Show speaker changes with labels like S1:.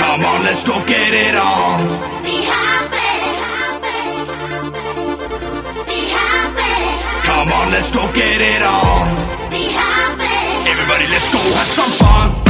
S1: Come on, let's go get it on.
S2: Be happy. Be happy.
S1: Come on, let's go get it on.
S2: Be happy.
S1: Everybody, let's go have some fun.